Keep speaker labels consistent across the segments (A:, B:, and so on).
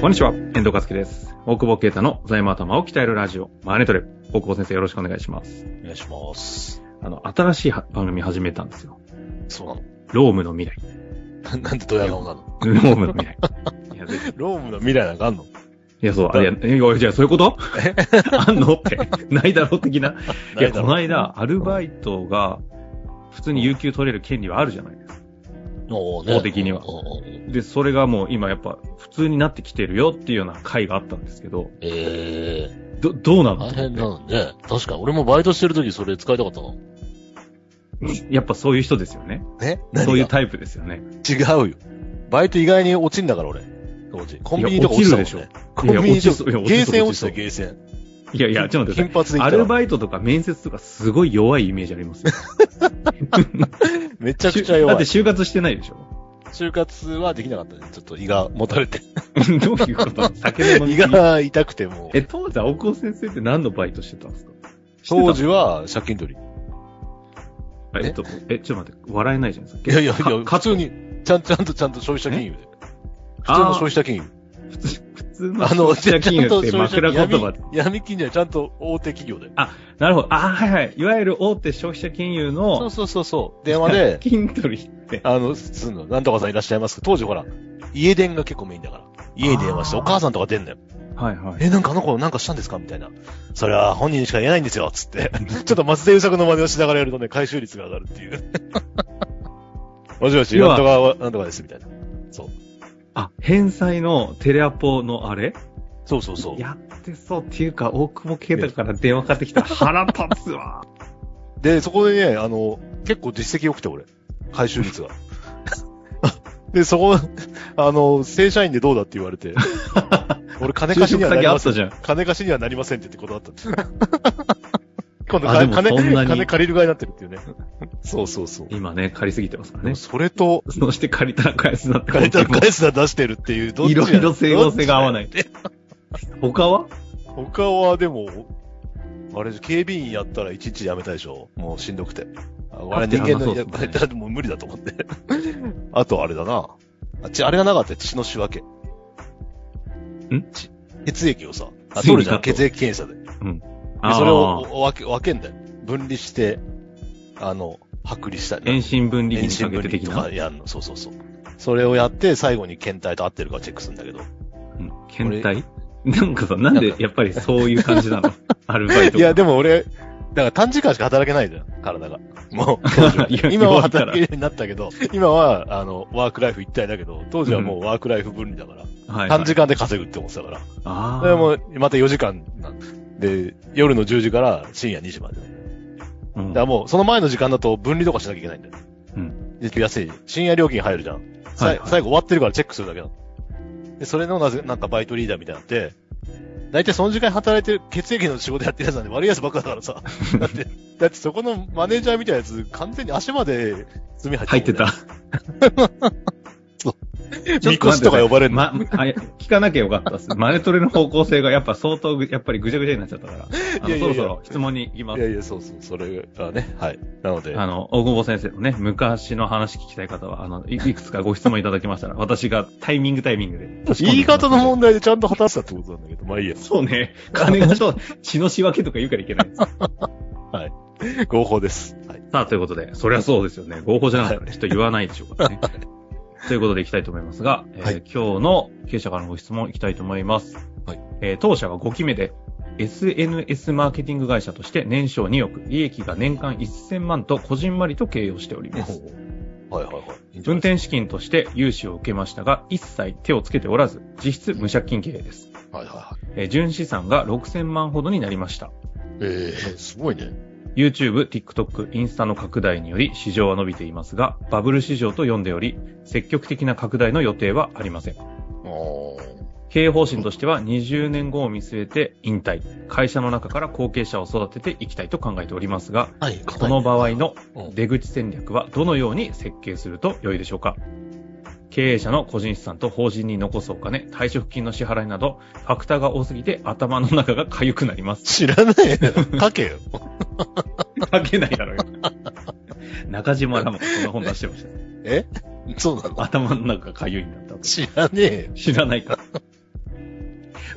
A: こんにちは、遠藤和樹です。大久保啓太の財務頭を鍛えるラジオ、マーネトレ。大久保先生よろしくお願いします。
B: お願いします。
A: あの、新しいは番組始めたんですよ。
B: そうなの
A: ロームの未来。
B: な なんでドヤ顔なの
A: ロームの 未来。いや、ぜひ
B: ロームの未来なんかあんの
A: いやそう、あいや、えおいじゃあそういうこと あんのって、ないだろう的な。いや、この間、アルバイトが、普通に有給取れる権利はあるじゃないですか。
B: 法
A: 法的にはで、それがもう今やっぱ、普通になってきてるよっていうような回があったんですけど、
B: ええ
A: ど、どうなの
B: 大変なのね。確かに、俺もバイトしてる時それ使いたかったな。
A: やっぱそういう人ですよね。
B: ね
A: そういうタイプですよね。
B: 違うよ。バイト意外に落ちんだから、俺。当時コンビニとか落ちたもんね。コ
A: いや
B: ンビニ
A: 落ち
B: と
A: るで
B: か
A: しょいや落ちそういや落ちそう
B: ゲーセン落ち
A: 落ちそ
B: たよ、
A: う
B: ゲーセン。
A: いやいや、ちょっと待って
B: 金
A: くだ
B: 髪
A: さい。
B: で行
A: ア
B: った
A: ル
B: わ
A: バイトとか面接とかすごい弱いイメージありますよ。
B: めちゃくちゃ弱
A: だって
B: い。
A: 就活してないでしょ
B: 就活はできなかったね。ちょっと胃がもたれて。
A: どういうこと酒の飲み
B: 胃
A: 過ぎ
B: が痛くてもう。
A: え、当時、青子先生って何のバイトしてたんですか
B: 当時は借金取り。
A: ええっと、え、ちょっと待って、笑えないじゃないですか。
B: いやいやいや、
A: か
B: 普通に、ちゃんちゃんとちゃんと消費者金融で。普通の消費者金融。
A: 普通普通の
B: あ の、ちゃ
A: 消
B: んと
A: 費者金融って
B: 消費者
A: 枕言葉で。
B: 闇闇金じゃないちゃんと大手企業で。
A: なるほど。あー、はいはい。いわゆる大手消費者金融
B: そう
A: の、
B: そうそうそう。電話で、
A: 金取りって。
B: あの、普通の、なんとかさんいらっしゃいますか当時ほら、家電が結構メインだから。家に電話して、
A: あー
B: お母さんとか出んのよ。
A: はいはい。
B: え、なんかあの子なんかしたんですかみたいな。それは本人にしか言えないんですよ、つって。 ちょっと松田優作の真似をしながらやるとね、回収率が上がるって いう。もしもし、
A: 要は
B: なんとかは、なんとかです、みたいな。そう。
A: あ、返済のテレアポのあれ
B: そうそうそう。
A: やってそうっていうか、大久保啓太から電話かか ってきたら腹立つわ。
B: で、そこでね、あの、結構実績良くて、俺。回収率が。 で、そこ、あの、正社員でどうだって言 われて。俺、金
A: 就
B: 貸し
A: 職
B: にはな
A: 先
B: り
A: あ
B: ま
A: っ
B: せ
A: た
B: ん。
A: じゃん。
B: 金貸しにはなりませんって言って断ったんだ。 今度
A: あで
B: 金、
A: もそんな
B: 金、
A: に
B: 金借りる側になってるっていうね。そうそうそう。
A: 今ね、借りすぎてますからね。
B: それと、
A: そして借りたら返すなって。
B: 借りたら返すな出してるっていう、どっ
A: い
B: ち
A: ろいろ整合性が合わ
B: ない。
A: ない。他は
B: 他はでも、あれ、警備員やったら一日辞めたでしょもうしんどくて。あ我々人間の、
A: だ
B: や
A: っ
B: ってぱ
A: あんなそうっすもんね
B: り、だってもう無理だと思って。 あとあれだな。あち、あれがなかったよ血の仕分け。
A: ん
B: 血血液をさ、あ
A: ついに
B: 取るじゃん、
A: カット
B: 血液検査で。で
A: あ
B: それを
A: ー
B: お分け、分けんだよ。分離して、あの、剥離したり。
A: 遠心分離器
B: 遠
A: にか
B: 心
A: け
B: 分
A: て
B: 離
A: 的
B: と
A: な
B: か。やんの。そうそうそう。それをやって、最後に検体と合ってるかチェックするんだけど。
A: うん検体なんかさ、なんでやっぱりそういう感じ なのアルバイト
B: い
A: が
B: や、でも俺、だから短時間しか働けないじゃん、体が。も う
A: いや、
B: 今は
A: 弱いから
B: 働けるようになったけど、今は、あの、ワークライフ一体だけど、当時はもうワークライフ分離だから、
A: はいはい
B: 短時間で稼ぐって思ってたから。
A: ああ。
B: それも、また4時間なんで、夜の10時から深夜2時まで。
A: うん
B: だからもう、その前の時間だと分離とかしなきゃいけないんだよ。
A: う
B: で、安い。深夜料金入るじゃん。さ
A: はいはい
B: 最後終わってるからチェックするだけなの。で、それのなぜ、なんかバイトリーダーみたいになって、大体その時間働いてる、血液の仕事やってるやつなんで悪いやつばっかだか らさ。だって、だってそこのマネージャーみたいなやつ、完全に足まで罪入って
A: 入ってた。
B: ちょっと待ってくださいみこしとか呼ばれるの
A: ま、あ聞かなきゃよかったです。マネトレの方向性がやっぱ相当ぐ、やっぱりぐちゃぐちゃになっちゃったから。あの、そ
B: いやいやい
A: ろ
B: や
A: そろ質問に行きま
B: い
A: す。
B: やいや、そうそう、それがね、はい。なので、
A: あの、大久保先生のね、昔の話聞きたい方は、あの、いいくつかご質問いただきましたら、私がタイミングタイミングで差し込ん
B: 言
A: で
B: い
A: きます
B: 方の問題でちゃんと果たしたってことなんだけど、まあいいや。
A: そうね。金がちょっと血の仕分けとか言うからいけないです。
B: 合法です。はい。
A: さあ、ということで、そりゃそうですよ ね。合法じゃなかったら人言わないでしょうからね。ということでいきたいと思いますが、えー
B: はい
A: 今日の経営者からのご質問いきたいと思います。
B: はい
A: えー当社は5期目で、SNS マーケティング会社として年商2億、利益が年間1000万とこじんまりと経営を しております。
B: はいはいはい。いいんじゃ
A: 運
B: ないで
A: 転資金として融資を受けましたが、一切手をつけておらず、実質無借金経営です。
B: すかはいはいはい。
A: えー純資産が6000万ほどになりました。
B: ええすごいね。
A: YouTube、TikTok、インスタの拡大により市場は伸びていますが、バブル市場と呼んでおり、積極的な拡大の予定はありません。
B: おー。
A: 経営方針としては20年後を見据えて引退、会社の中から後継者を育てていきたいと考えておりますが、
B: はい、
A: この場合の
B: うん
A: 出口戦略はどのように設計すると良いでしょうか経営者の個人資産と法人に残すお金、退職金の支払いなど、ファクターが多すぎて頭の中が痒くなります。
B: 知らないよ。書けよ。
A: 書けないだろうよ。中島らもこんな本出してましたね。
B: えそうなの
A: 頭の中が痒いんだったと。
B: 知らねえよ。
A: 知らないか。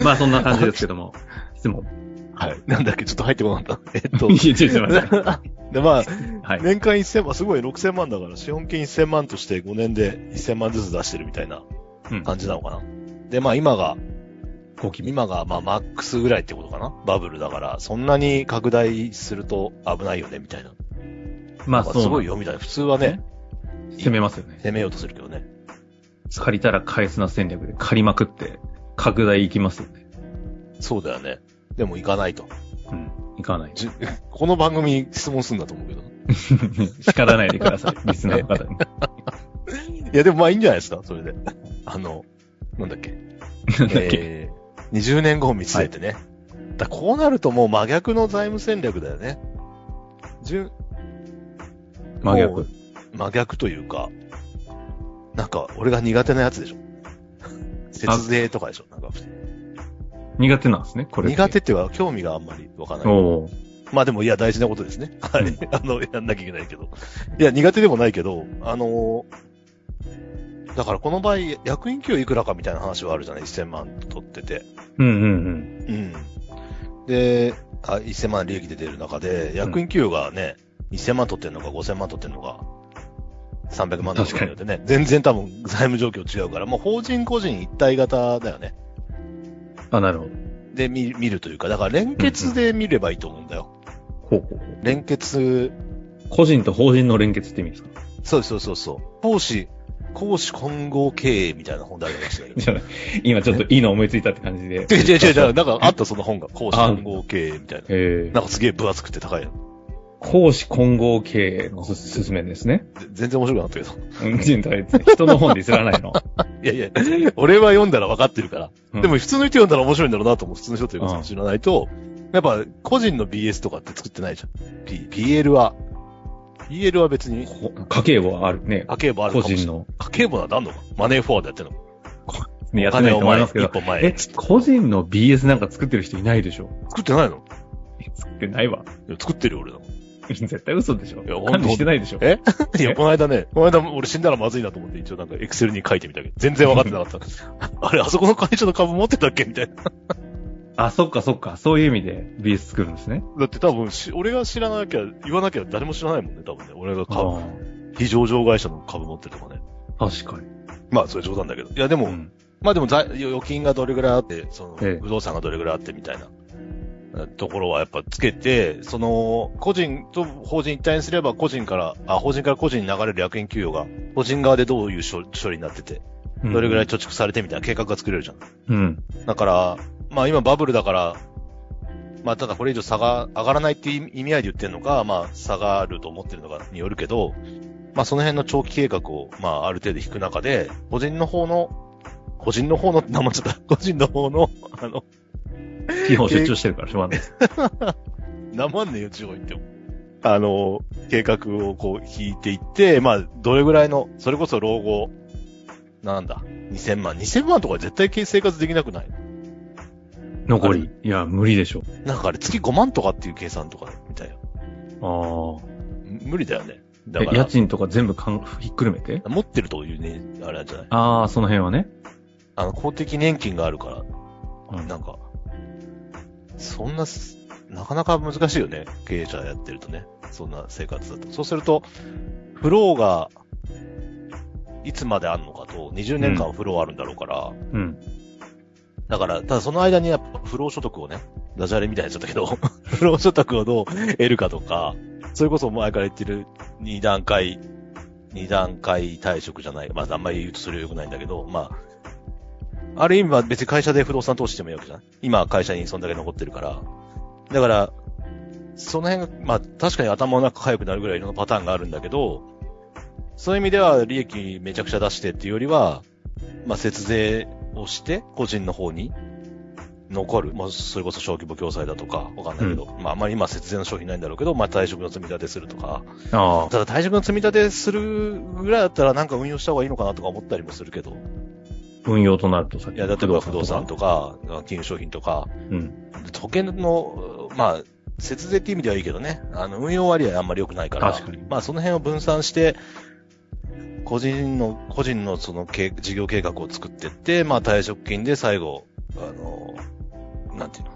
A: まあそんな感じですけども。質問。
B: はい。なんだっけ、ちょっと入ってこなかった。えっと
A: いや、、ちょっと待ってくだ
B: で、まあ、
A: さいはい。
B: 年間1000万、すごい6000万だから、資本金1000万として5年で1000万ずつ出してるみたいな
A: うん。
B: 感じなのかな。で、まあ今が、
A: ごきみ。
B: 今がまあマックスぐらいってことかな。バブルだから、そんなに拡大すると危ないよね、みたいな。
A: まあ
B: まあ
A: そう。
B: すごいよ、みたいな。普通はね、
A: 攻めますよね。
B: 攻めようとするけどね。
A: 借りたら返すな戦略で借りまくって、拡大いきますよね。
B: そうだよね。でも行かないと。
A: うん。いかない。
B: じこの番組質問するんだと思うけど。
A: 叱らないでくだ さい。リスナーの方に。
B: いや、でもまあいいんじゃないですか、それで。 あの、なんだっけ。
A: なんだっけ。
B: えー、20年後を見据えてね。だからこうなるともう真逆の財務戦略だよね。順
A: 真
B: もう
A: 逆。
B: 真逆というか、なんか俺が苦手なやつでしょ。 節税とかでしょ。なんか
A: 苦手なんですね、これ。
B: 苦手っていうか興味があんまりわかない。
A: おー
B: まあでもいや大事なことですね。はい
A: うん。
B: あの、やんなきゃいけないけど。いや苦手でもないけど、あのーだからこの場合、役員給与いくらかみたいな話はあるじゃない ?1000 万取ってて。
A: うんうん
B: うん。で、あ1000万利益で出る中で、役員給与がね、2000万取ってんのか5000万取ってんのか、300万取ってんのかでね、全然多分財務状況違うから、もう法人個人一体型だよね。
A: うん。あ、なるほど。
B: で、見見るというか、だから連結で見ればいいと思うんだよ。
A: ほうほうほう。
B: 連結、
A: 個人と法人の連結って意味ですか
B: そうそうそうそう。講師、講師混合経営みたいな本題が出してた けど。
A: じゃあ今ちょっといいの思いついたって感じで。
B: 違う違う違う違う、なんかあったその本が、講師混合経営みたいな。
A: え
B: な
A: ー、
B: んかすげえ分厚くて高いの。
A: 講師混合経営のすすすめですね。
B: ぜ全然面白くなかったけど。
A: うん、人体、人の本で知らないの。
B: いやいや、俺は読んだら分かってるから。
A: うん
B: でも普通の人読んだら面白いんだろうなと思う。普通の人という
A: う
B: か
A: ん
B: 知らないと、やっぱ個人の BS とかって作ってないじゃん。P、PL は、PL は別に、
A: こ家計簿はあるね。
B: 家計簿あるか
A: 個
B: もしれ
A: 人
B: ない。
A: の。
B: 家計簿なんてあんのかマネーフォワードやってんのか
A: ね、やってないと思いますけ
B: お
A: ど。
B: 金を前
A: え
B: 一歩、前。
A: 個人の BS なんか作ってる人いないでしょ
B: 作ってないの
A: 作ってないわ。
B: いや作ってるよ、俺の。
A: 絶対嘘でしょ
B: いやほんと
A: 管理してないでしょ
B: えいや、
A: え
B: この間ね、この間俺死んだらまずいなと思って一応なんか Excel に書いてみたけど、全然分かってなかった。 あれ、あそこの会社の株持ってたっけみたいな。
A: あ、そっかそっか。そういう意味で BS 作るんですね。
B: だって多分し、俺が知らなきゃ、言わなきゃ誰も知らないもんね、多分ね。俺が株
A: あ
B: 非上場会社の株持ってるとかね。
A: あ、確かに。
B: まあ、それ冗談だけど。いや、でも、
A: うん。
B: まあでも財、預金がどれぐらいあって、その、
A: ええ
B: 不動産がどれぐらいあってみたいな、ところはやっぱつけて、その、個人と法人一体にすれば、個人から、あ、法人から個人に流れる役員給与が、個人側でどういう処処理になってて、どれぐらい貯蓄されてみたいな計画が作れるじゃん。
A: うん。
B: だから、まあ今バブルだから、まあただこれ以上差が上がらないっていう意味合いで言ってるのか、まあ下がると思ってるのかによるけど、まあその辺の長期計画を、まあある程度引く中で、個人の方の、個人の方のって名前ちょっと、個 人の方の、あの、
A: 基本出張してるからしょうがない。
B: なまんねえよ、地方行っても。あの、計画をこう引いていって、まあ、どれぐらいの、それこそ老後、なんだ、2000万、2000万とか絶対生活できなくない
A: 残り。いや、無理でしょ。
B: なんかあれ月5万とかっていう計算とか、みたいな。
A: あ
B: 無理だよね。
A: あ。
B: だ
A: え
B: か
A: 家
B: ら、
A: 賃とか全部かんひっくるめて
B: 持ってるというね、あれなんじゃない
A: ああ、その辺はね。
B: あの、公的年金があるか
A: う
B: ら、
A: ん
B: なんか、そんなす、なかなか難しいよね。経営者やってるとね。そんな生活だと。そうすると、フローが、いつまであるのかと、20年間フローあるんだろうから、
A: うん。
B: だから、ただその間にやっぱ不労所得をね、ダジャレみたいになっちゃったけど、 不労所得をどう得るかとか、それこそ前から言ってる二段階、二段階退職じゃない。まあ、あんまり言うとそれは良くないんだけど、まあ、ある意味は別に会社で不動産投資してもいいわけじゃない今会社にそんだけ残ってるから。だから、その辺が、まあ確かに頭の中痒くなるぐらいいろんなパターンがあるんだけど、そういう意味では利益めちゃくちゃ出してっていうよりは、まあ節税をして個人の方に残る。まあそれこそ小規模共済だとかわかんないけど、まああんまり今節税の商品ないんだろうけど、まあ退職の積み立てするとか、
A: ああ。
B: ただ退職の積み立てするぐらいだったらなんか運用した方がいいのかなとか思ったりもするけど、
A: 運用となるとさっき
B: いや、例えば不動産とか、金融商品とか、
A: うん。
B: 保険の、まあ、節税って意味ではいいけどね、あの、運用割合あんまり良くないから、
A: 確かに
B: まあ、その辺を分散して、個人の、個人のその計事業計画を作ってって、まあ、退職金で最後、あの、なんていうの、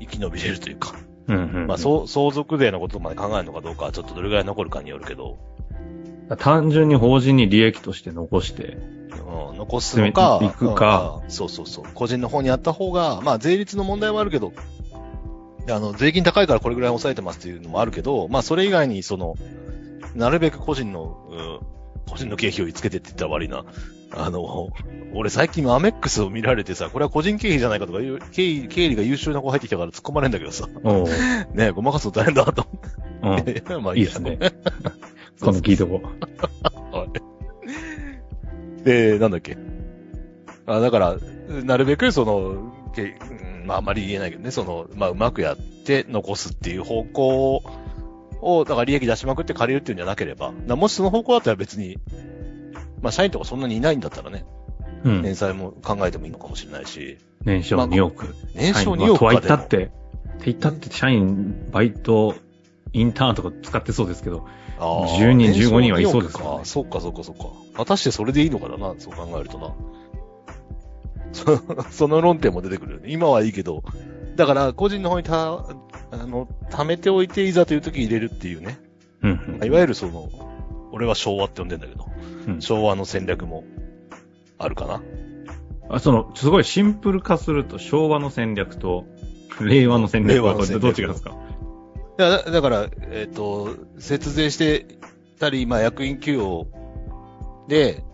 B: 生き延びれるというか、
A: うんうん。
B: まあ、そう、相続税のことまで考えるのかどうかはちょっとどれぐらい残るかによるけど、
A: う。単純に法人に利益として残して。
B: うん、残すのか、
A: 行くか
B: うんそうそうそう。個人の方にやった方が、まあ税率の問題はあるけど、あの、税金高いからこれぐらい抑えてますっていうのもあるけど、まあそれ以外に、その、なるべく個人の、うん個人の経費をつけてって言ったら悪いな。あの、俺最近アメックスを見られてさ、これは個人経費じゃないかとかいう、経理、経理が優秀な子入ってきたから突っ込まれんだけどさ、
A: おう。
B: ねえごまかすの大変だなと
A: うん。い
B: 思っ
A: い
B: て。 まあ
A: ですね。今度聞いとこう。
B: で、なんだっけ。あ、だから、なるべくその、けうんまああまり言えないけどね、その、まあうまくやって残すっていう方向を、だから利益出しまくって借りるっていうんじゃなければ、なもしその方向だったら別に、まあ社員とかそんなにいないんだったらね、
A: うん
B: 返。済も考えてもいいのかもしれないし、
A: 年商2億。
B: 年商
A: 社員
B: 2億
A: とは
B: ま
A: 言っ
B: で
A: た
B: も
A: って、って言ったって社員、バイト、インターンとか使ってそうですけど。
B: あー
A: 10人
B: 年商
A: 15人はいそうですからね
B: 2億か。そうか、そうか、そうか。果たしてそれでいいのかだな、そう考えるとな。そそ の論点も出てくるよね。今はいいけど、だから個人の方にた、あの、貯めておいて、いざという時に入れるっていうね。
A: うんうん。
B: いわゆるその、俺は昭和って呼んでんだけど、
A: うん
B: 昭和の戦略もあるかな。
A: あその、すごいシンプル化すると、昭和の戦略と、令和の戦略
B: 令和
A: は
B: の戦略
A: どっちがですか
B: いやだだから、えっ、と、節税してたり、まあ、役員給与で、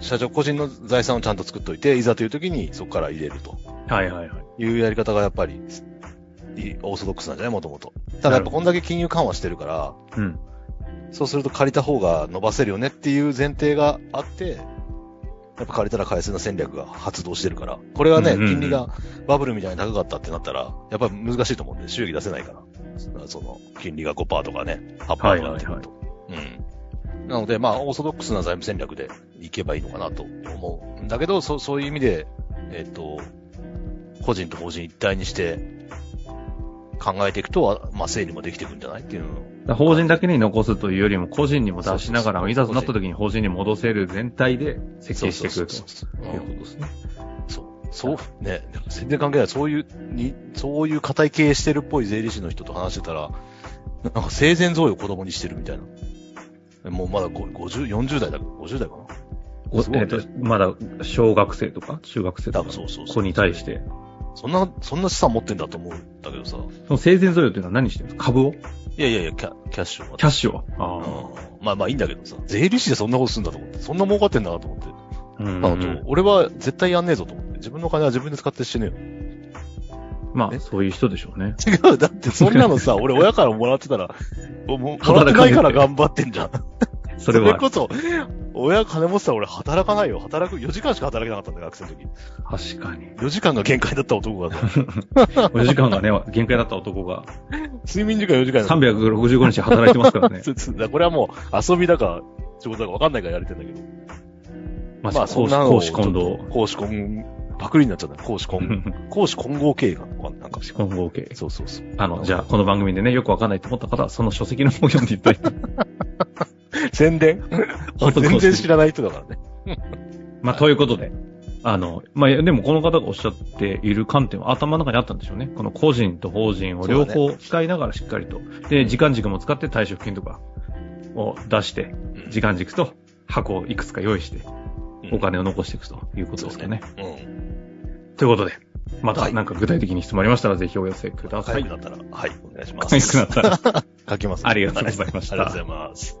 B: 社長個人の財産をちゃんと作っといて、いざという時にそこから入れると
A: はいはいはい。
B: いうやり方がやっぱり、いオーソドックスなんじゃないもともと。ただやっぱこんだけ金融緩和してるから、
A: うん。
B: そうすると借りた方が伸ばせるよねっていう前提があって、やっぱ借りたら返すの戦略が発動してるから、これはね、
A: うんうんうん
B: 金利がバブルみたいに高かったってなったら、やっぱり難しいと思うんで、収益出せないから。その、金利が5%とかね、8%とかになってくると。うん。なので、まあ、オーソドックスな財務戦略でいけばいいのかなと思うんだけど、そそういう意味で、えっ、と、個人と法人一体にして考えていくと、まあ、整理もできていくんじゃないっていうのを
A: だから法人だけに残すというよりも、個人にも出しなが
B: そうそうそ
A: ら、
B: う
A: いざとなった時に法人に戻せる全体で設計していくと。
B: そうそうそう
A: いうことですね。
B: そう。そう、ね、でも全然関係ない。そういう、に、そういう固い経営してるっぽい税理士の人と話してたら、なんか生前贈与を子供にしてるみたいな。もうまだご50、40代だけど、50代か
A: お
B: な。すごい
A: えっ
B: ね
A: と、まだ小学生とか中学生
B: 多
A: と
B: 分
A: か
B: そうそうそう
A: 子に対して、
B: そんな、そんな資産持ってんだと思うんだけどさ。
A: その生前贈与というのは何してるんですか株を
B: いやいやいや、キャキャッシュを渡
A: キャッシュを
B: う
A: あ
B: んまあまあいいんだけどさ。税理士でそんなことするんだと思って。そんな儲かってんだなと思って。
A: あ。うん
B: あの俺は絶対やんねえぞと思って。自分の金は自分で使って死ぬよ。
A: ま
B: え
A: あ、そういう人でしょうね。
B: 違う、だってそんな のさ、俺親からもらってたら、もうもうもらって
A: 働か
B: な
A: ないい
B: から頑張ってんじゃん。
A: それは
B: こそ、親金持ってたら俺働かないよ。働く、4時間しか働けなかったんだよ、学生の時。
A: 確かに。
B: 4時間が限界だった 男がさ、
A: お時間がね、限界だった男が
B: 睡眠時間4時間だっ
A: 365日働いてますからね。
B: たつつこれはもう遊びだか、仕事だか分かんないからやれてんだけど。
A: ま
B: ま
A: あ、
B: あ、そ
A: 講
B: ん
A: 師、
B: なの
A: 講師混同。
B: 講師混、パクリになっちゃった。講師混、講師混合経営が、なんか。
A: 今後 OK。
B: そうそうそう。
A: あの、じゃあ、この番組でね、よくわかんないと思った方は、その書籍の方を読んでいただいて、
B: 宣伝俺全然知らない人だからね。
A: まあ、ということで、あの、まあ、でもこの方がおっしゃっている観点は頭の中にあったんでしょうね。この個人と法人を両
B: そう
A: 方使いながらしっかりと。で、時間軸も使って退職金とかを出して、時間軸と箱をいくつか用意して、
B: うん
A: お金を残していくということですかね。
B: うん。
A: ということで、ま
B: は
A: た
B: い
A: なんか具体的に質問ありましたら、ぜひお寄せくださ
B: 早
A: い
B: く。なったら、はい、お願いします。
A: かゆくなったら。
B: 書きます、
A: ありがとうございました
B: はいありがとうございます。